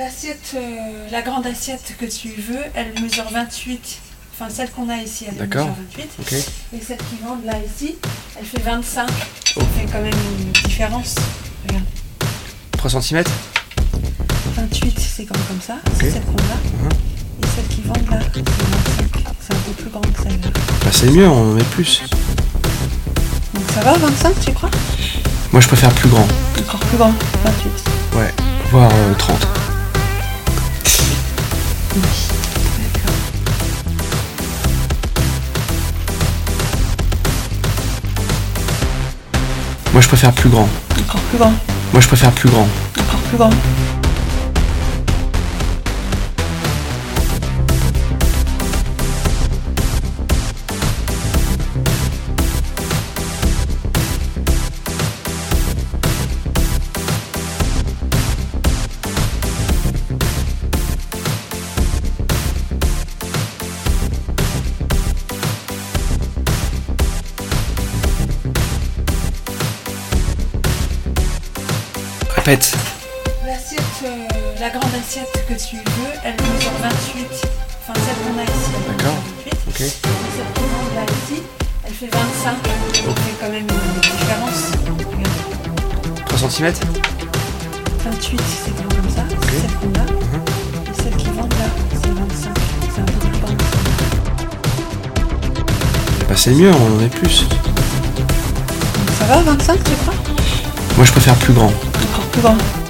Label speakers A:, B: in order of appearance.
A: L'assiette, euh, la grande assiette que tu veux, elle mesure 28. Enfin, celle qu'on a ici, elle mesure
B: D'accord.
A: 28.
B: Ok.
A: Et cette qui vend là ici, elle fait 25.
B: Oh.
A: Ça fait quand même une différence. Regarde.
B: 3 cm
A: 28, c'est comme, comme ça. C'est
B: Ok. Uh-huh.
A: celle qu'on a. Et celle qui vend là, c'est 25. C'est un peu plus grande celle-là.
B: Bah c'est mieux, on en met plus.
A: Donc ça va, 25, tu crois
B: Moi je préfère plus grand.
A: Encore plus grand, 28.
B: Ouais. Voire euh, 30.
A: Oui. D'accord.
B: Moi je préfère plus grand.
A: Encore plus grand,
B: Moi je préfère plus grand.
A: encore plus grand.
B: Répète.
A: L'assiette, euh, la grande assiette que tu veux, elle mesure 28. Enfin, celle qu'on a ici, elle mesure
B: D'accord.
A: 28.
B: Ok.
A: Et celle qu'on vend là ici, elle fait 25. Donc, fait quand même une différence. Regarde.
B: 3 cm
A: 28, c'est grand comme ça. C'est celle qu'on a. Et celle qui vend là, c'est 25. C'est un peu plus grand.
B: Bah c'est mieux, on en met plus.
A: Donc, ça va, 25, tu crois
B: Moi je préfère plus grand.
A: Encore plus grand. Encore